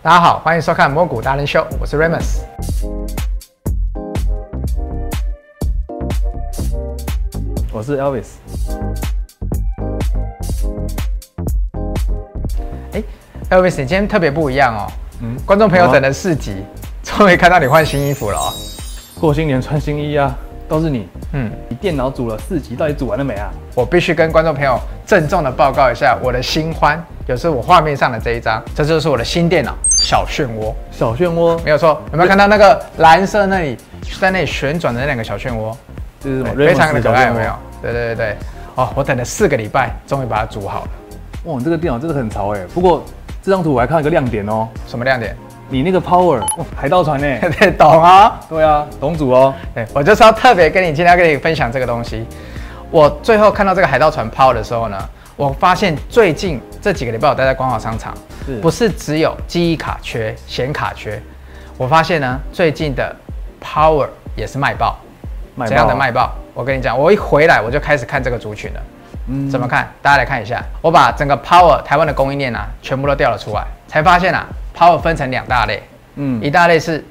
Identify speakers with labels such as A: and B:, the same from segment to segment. A: 大家好，欢迎收看《摸骨达人秀》，我是 Remus。
B: 我是 Elvis。
A: 哎，Elvis，你今天特别不一样哦。
B: 嗯，
A: 观众朋友
B: 好啊
A: 等了四集，终于看到你换新衣服了、哦。
B: 过新年穿新衣啊，都是你。
A: 嗯，
B: 你电脑组了四级，到底组完了没啊？
A: 我必须跟观众朋友郑重的报告一下我的新欢，也就是我画面上的这一张，这就是我的新电脑小漩涡，
B: 小漩涡，
A: 没有错。有没有看到那个蓝色那里在那里旋转的那两个小漩涡？
B: 这是什么？
A: 哎对非常的
B: Raymond's 小
A: 可
B: 漩
A: 爱，
B: 涡
A: 有没有？？对对对对，哦，我等了四个礼拜，终于把它组好了。
B: 哇，你这个电脑真的很潮哎。不过这张图我还看到一个亮点哦，
A: 什么亮点？
B: 你那个 Power 哇海盗船哎。
A: 对，懂啊、
B: 对啊，董组哦。
A: 对，我就是要特别跟你今天要跟你分享这个东西。我最后看到这个海盗船抛的时候呢，我发现最近这几个礼拜我待在光华商场，
B: 是
A: 不是只有记忆卡缺、显卡缺，我发现呢，最近的 Power 也是卖爆。
B: 卖
A: 哎怎样的
B: 爆啊
A: 卖爆？我跟你讲，我一回来我就开始看这个族群了。
B: 嗯
A: 怎么看？大家来看一下，我把整个 Power 台湾的供应链啊，全部都调了出来，才发现啊，Power 分成两大类，
B: 嗯
A: 一大类是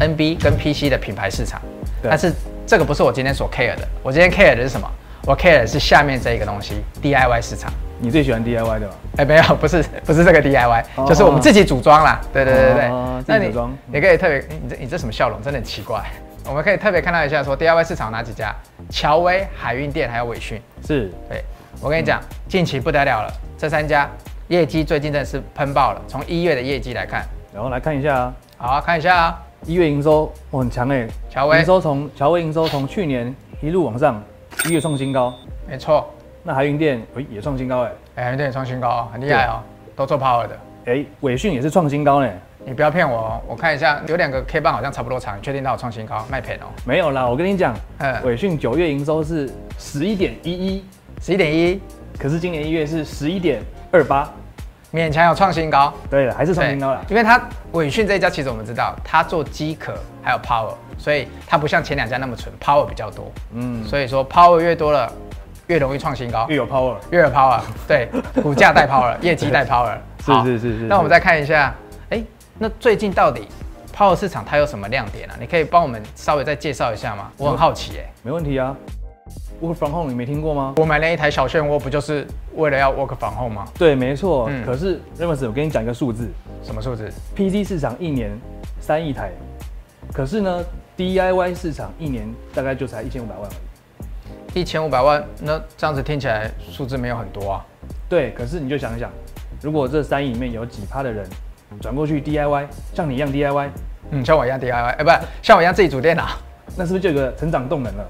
A: NB 跟 PC 的品牌市场，
B: 对
A: 但是这个不是我今天所 care 的，我今天 care 的是什么？我 care 的是下面这一个东西 DIY 市场。
B: 你最喜欢 DIY 的吗？
A: 哎、没有， 不是不是这个 DIY，、
B: 哦
A: 就是我们自己组装啦。对对对对对。
B: 哦
A: 那
B: 自己
A: 你
B: 组装
A: 你可以特别，你这你这什么笑容，真的很奇怪。我们可以特别看到一下说 DIY 市场有哪几家，乔威、海运店还有伟讯。
B: 是
A: 对，我跟你
B: 嗯
A: 讲，近期不得了了，这三家业绩最近真的是喷爆了。从一月的业绩来看，
B: 然后来看一下啊，
A: 好、啊、看一下啊，
B: 一月营收哇很强哎，
A: 乔威
B: 营收从乔威营收从去年一路往上，一月创新高，
A: 没错，
B: 那海运店哎也创新高哎，
A: 哎、海运店也创新高、哦，很厉害哦，都做 power 的。
B: 哎伟讯也是创新高呢。
A: 你不要骗我哦，我看一下，有两个 K 棒好像差不多长，你确定它有创新高，卖赔哦，
B: 没有啦，我跟你讲，
A: 嗯
B: 伟讯九月营收是十一点一一，
A: 十一点一，
B: 可是今年一月是十一点二八，
A: 勉强有创新高。
B: 对了，还是创
A: 对，
B: 新高了。
A: 因为它伟讯这一家，其实我们知道，它做机壳还有 Power，所以它不像前两家那么纯，Power 比较多。
B: 嗯，
A: 所以说 Power 越多了，越容易创新高
B: 又，有 power，
A: 越有 Power，对， 股价带 Power，业绩带 Power。
B: 是
A: 好
B: 是是是
A: 那我们再看一下，哎，那最近到底 Power 市场它有什么亮点啊？你可以帮我们稍微再介绍一下吗？我很好奇哎、
B: 没问题啊。Work from home 你没听过吗？
A: 我买那一台小漩涡不就是为了要 work 防后吗？
B: 对，没错。
A: 嗯
B: 可是 r e m u s 我跟你讲一个数字
A: 什么数字？
B: ，PC 市场一年三亿台，可是呢，DIY 市场一年大概就才一千五百万而已。
A: 一千五百万？那这样子听起来数字没有很多啊。
B: 对，可是你就想一想，如果这三亿里面有几趴的人转过去 DIY，像你一样 DIY，
A: 嗯，像我一样 DIY，哎、不是像我一样自己组电脑，
B: 那是不是就有一个成长动能了？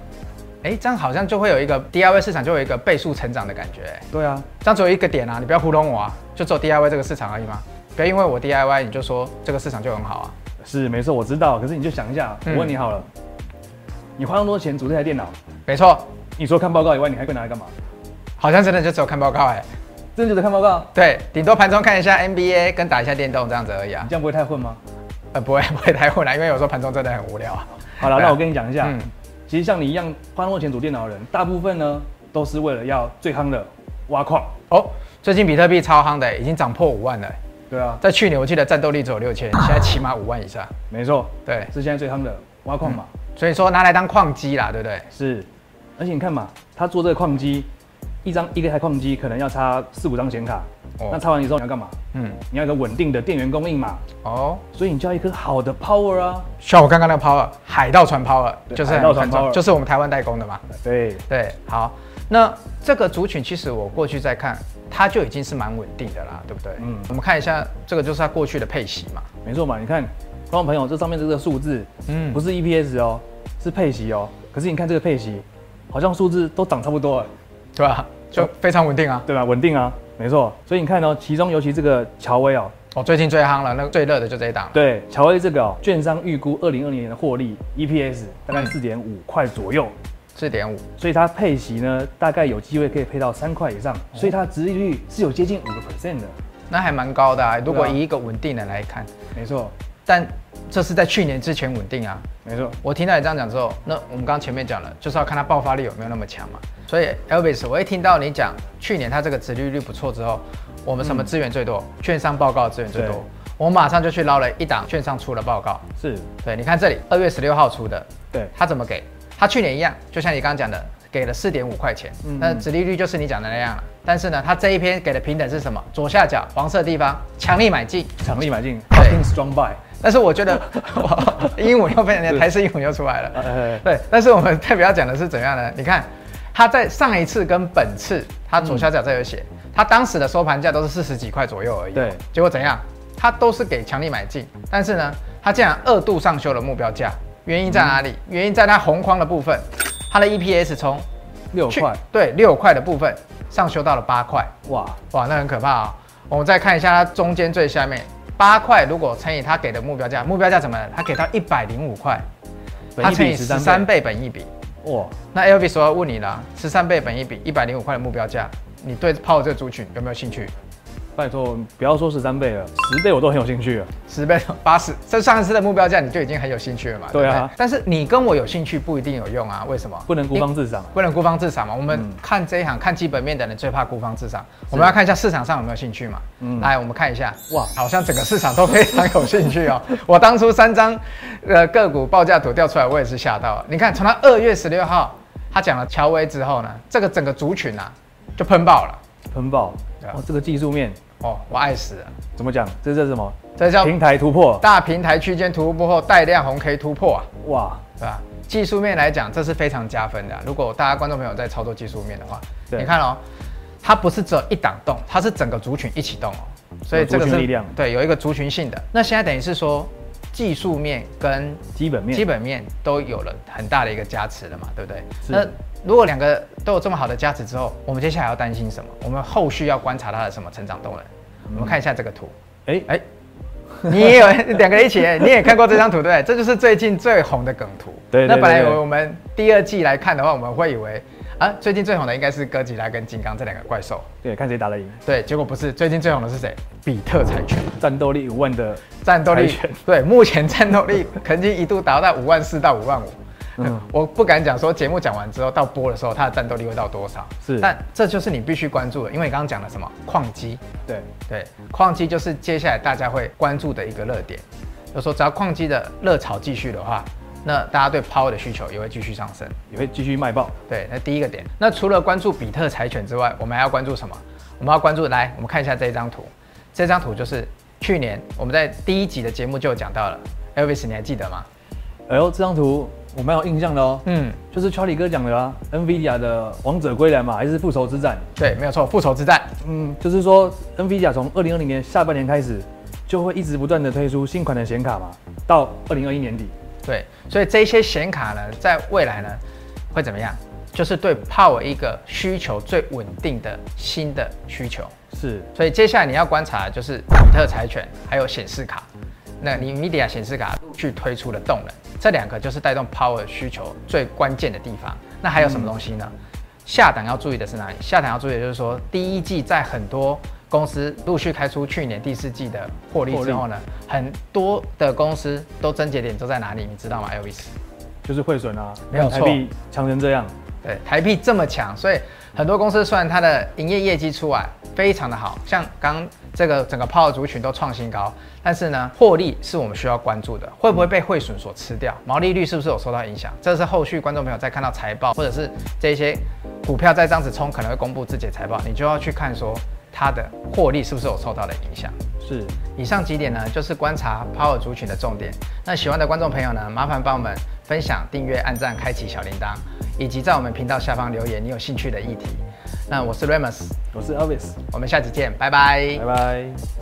A: 哎、这样好像就会有一个 DIY 市场就有一个倍数成长的感觉、哎
B: 对啊，
A: 这样只有一个点啊，你不要糊弄我啊，就只有 DIY 这个市场而已嘛，不要因为我 DIY 你就说这个市场就很好啊。
B: 是没错，我知道。可是你就想一下，
A: 嗯
B: 我问你好了，你花那么多钱组这台电脑，
A: 没错，
B: 你除了看报告以外，你还会拿来干嘛？
A: 好像真的就只有看报告哎、
B: 真的就得看报告？
A: 对，顶多盘中看一下 NBA 跟打一下电动这样子而已啊
B: 你，这样不会太混吗？
A: 呃，不会 不会太混了，因为有时候盘中真的很无聊啊。
B: 好了，
A: 对啊
B: 那我跟你讲一下，
A: 嗯
B: 其实像你一样花那么多钱组电脑的人，大部分呢都是为了要最夯的挖矿。
A: 哦，最近比特币超夯的、哎已经涨破五万了、哎
B: 对啊，
A: 在去年我记得战斗力只有六千，现在起码五万以上。
B: 没错，
A: 对，
B: 是现在最夯的挖矿嘛。
A: 所以说拿来当矿机啦，对不对？
B: 是，而且你看嘛，他做这个矿机，一张一个台矿机可能要插四五张显卡，
A: 哦
B: 那插完以后你要干嘛？
A: 嗯，
B: 你要有一个稳定的电源供应嘛，
A: 哦，
B: 所以你就要一颗好的 power 啊。
A: 像我刚刚那个 Power 海盗船 Power
B: 对
A: 就是
B: 海
A: 很
B: 盗船
A: 很重
B: Power
A: 就是我们台湾代工的嘛。
B: 对，
A: 对，好，那这个族群其实我过去在看，它就已经是蛮稳定的啦，对不对？嗯
B: 嗯，
A: 我们看一下这个就是它过去的配息嘛。
B: 没错嘛，你看，观众朋友，这上面这个数字，
A: 嗯
B: 嗯，不是 EPS 哦，是配息哦。可是你看这个配息，好像数字都涨差不多了，
A: 对吧？就非常稳定啊。
B: 对吧？稳定啊，没错。所以你看哦，其中尤其这个乔威哦，
A: 哦，最近最夯了，那个最热的就这一档。
B: 对，乔威这个哦，券商预估二零二零年的获利 EPS 大概四点五块左右，
A: 四点五，
B: 所以它配息呢，大概有机会可以配到三块以上，所以它殖利率是有接近五个 percent 的，
A: 那还蛮高的啊。如果
B: 对啊
A: 以一个稳定的来看，
B: 没错，
A: 但这是在去年之前稳定啊。
B: 没错。
A: 我听到你这样讲之后，那我们刚刚前面讲了，就是要看它爆发力有没有那么强嘛。所以 Elvis，我一听到你讲去年它这个殖利率不错之后，我们什么资源最多？券商报告资源最多
B: 对。
A: 我马上就去捞了一档券商出的报告。
B: 是，
A: 对，你看这里，二月十六号出的，
B: 对，
A: 他怎么给？他去年一样，就像你刚刚讲的，给了四点五块钱
B: 嗯，
A: 那殖利率就是你讲的那样了。但是呢，他这一篇给的平等是什么？左下角黄色地方强力买进。
B: 强力买进
A: 对
B: ，fucking strong buy，
A: 但是我觉得， 哇英文又被人家台式英文又出来了。
B: 呃，
A: 对，但是我们代表要讲的是怎样呢？ 你看，他在上一次跟本次，他左下角这有写，他当时的收盘价都是四十几块左右而已。
B: 嗯对，
A: 结果怎样？他都是给强力买进，但是呢，他竟然二度上修了目标价，原因在哪里？
B: 嗯
A: 原因在它红框的部分，它的 EPS 从
B: 六
A: 去
B: 块，
A: 对六块的部分上修到了八块，
B: 哇，
A: 哇，那很可怕啊、我们再看一下它中间最下面八块，如果乘以它给的目标价，目标价怎么了？它给到一百零五块，它
B: 本益
A: 乘以
B: 比
A: 十
B: 13
A: 三，倍本一比。
B: 哇，
A: 那 L V 所要问你啦，十三倍本一比，一百零五块的目标价，你对泡这个族群有没有兴趣？
B: 拜托，不要说十三倍了，十倍我都很有兴趣了。
A: 十倍、 八十，这上一次的目标价你就已经很有兴趣了嘛？
B: 对啊
A: 不但是你跟我有兴趣不一定有用啊，为什么？
B: 不能孤芳自赏。
A: 不能孤芳自赏嘛。我们
B: 嗯
A: 看这一行，看基本面的人最怕孤芳自赏。我们要看一下市场上有没有兴趣嘛。
B: 嗯
A: 来，我们看一下，哇
B: 哇，
A: 好像整个市场都非常有兴趣 哦。我当初三张，呃，个股报价图调出来，我也是吓到了。你看，从他二月十六号他讲了乔威之后呢，这个整个族群啊就喷爆了。
B: 喷爆
A: 对啊，
B: 哦，这个技术面
A: 哦，我爱死了，
B: 怎么讲？这这是什么？
A: 这叫
B: 平台突破，
A: 大平台区间突破后带量红 K 突破啊，
B: 哇，
A: 对吧？技术面来讲，这是非常加分的啊、如果大家观众朋友在操作技术面的话，
B: 对
A: 你看哦，它不是只有一档动，它是整个族群一起动哦，所以
B: 有
A: 这个
B: 族群
A: 是
B: 力量
A: 对有一个族群性的。那现在等于是说，技术面跟
B: 基本面，
A: 基本面都有了很大的一个加持了嘛，对不对？
B: 是
A: 那如果两个都有这么好的加持之后，我们接下来要担心什么？我们后续要观察它的什么成长动能？我们看一下这个图。
B: 哎哎，
A: 你也有两个人一起，你也看过这张图对不对？这就是最近最红的梗图。
B: 对对
A: 那本来
B: 对对
A: 我们第二季来看的话，我们会以为啊，最近最红的应该是哥吉拉跟金刚这两个怪兽。
B: 对，看谁打得赢，
A: 对，结果不是，最近最红的是谁？比特柴犬，
B: 战斗力五万的，
A: 战斗
B: 柴
A: 力
B: 犬
A: 对，目前战斗力曾经一度达到五万四到五万五。
B: 嗯
A: 我不敢讲说节目讲完之后到播的时候它的战斗力会到多少，
B: 是
A: 但这就是你必须关注的，因为你刚刚讲了什么矿机，
B: 对，
A: 对，矿机就是接下来大家会关注的一个热点。就说只要矿机的热潮继续的话，那大家对 power 的需求也会继续上升。
B: 也会继续卖爆，
A: 对，那第一个点。那除了关注比特柴犬之外，我们还要关注什么？我们要关注来，我们看一下这一张图。这张图就是去年我们在第一集的节目就有讲到了，Elvis，你还记得吗？
B: 哎呦，这张图我蛮有印象的哦，
A: 嗯，
B: 就是 Charlie 哥讲的啊，NVIDIA 的王者归来嘛，还是复仇之战，
A: 对，没有错，复仇之战。
B: 嗯，就是说 NVIDIA 从二零二零年下半年开始。就会一直不断的推出新款的显卡嘛，到二零二一年底，
A: 对，所以这些显卡呢，在未来呢会怎么样？就是对 power 一个需求最稳定的新的需求。
B: 是
A: 所以接下来你要观察的就是比特柴犬还有显示卡，那你 NVIDIA 显示卡陆续推出的动能，这两个就是带动 Power 需求最关键的地方。那还有什么东西呢？下档要注意的是哪里？下档要注意的就是说，第一季在很多公司陆续开出去年第四季的获利之后呢，很多的公司都增节点都在哪里？你知道吗，Elvis？
B: 就是汇损啊，
A: 没有错
B: 台币强成这样，
A: 对，台币这么强，所以很多公司虽然它的营业业绩出来非常的好，像刚这个整个泡泡族群都创新高，但是呢，获利是我们需要关注的，会不会被汇损所吃掉？毛利率是不是有受到影响？这是后续观众朋友在看到财报或者是这些股票在这样子冲，可能会公布自己的财报，你就要去看说它的获利是不是有受到的影响。
B: 是
A: 以上几点呢，就是观察 Power 族群的重点。那喜欢的观众朋友呢，麻烦帮我们分享、订阅、按赞、开启小铃铛，以及在我们频道下方留言你有兴趣的议题。那我是 Remus，
B: 我是 Elvis，
A: 我们下期见，拜拜
B: 拜拜。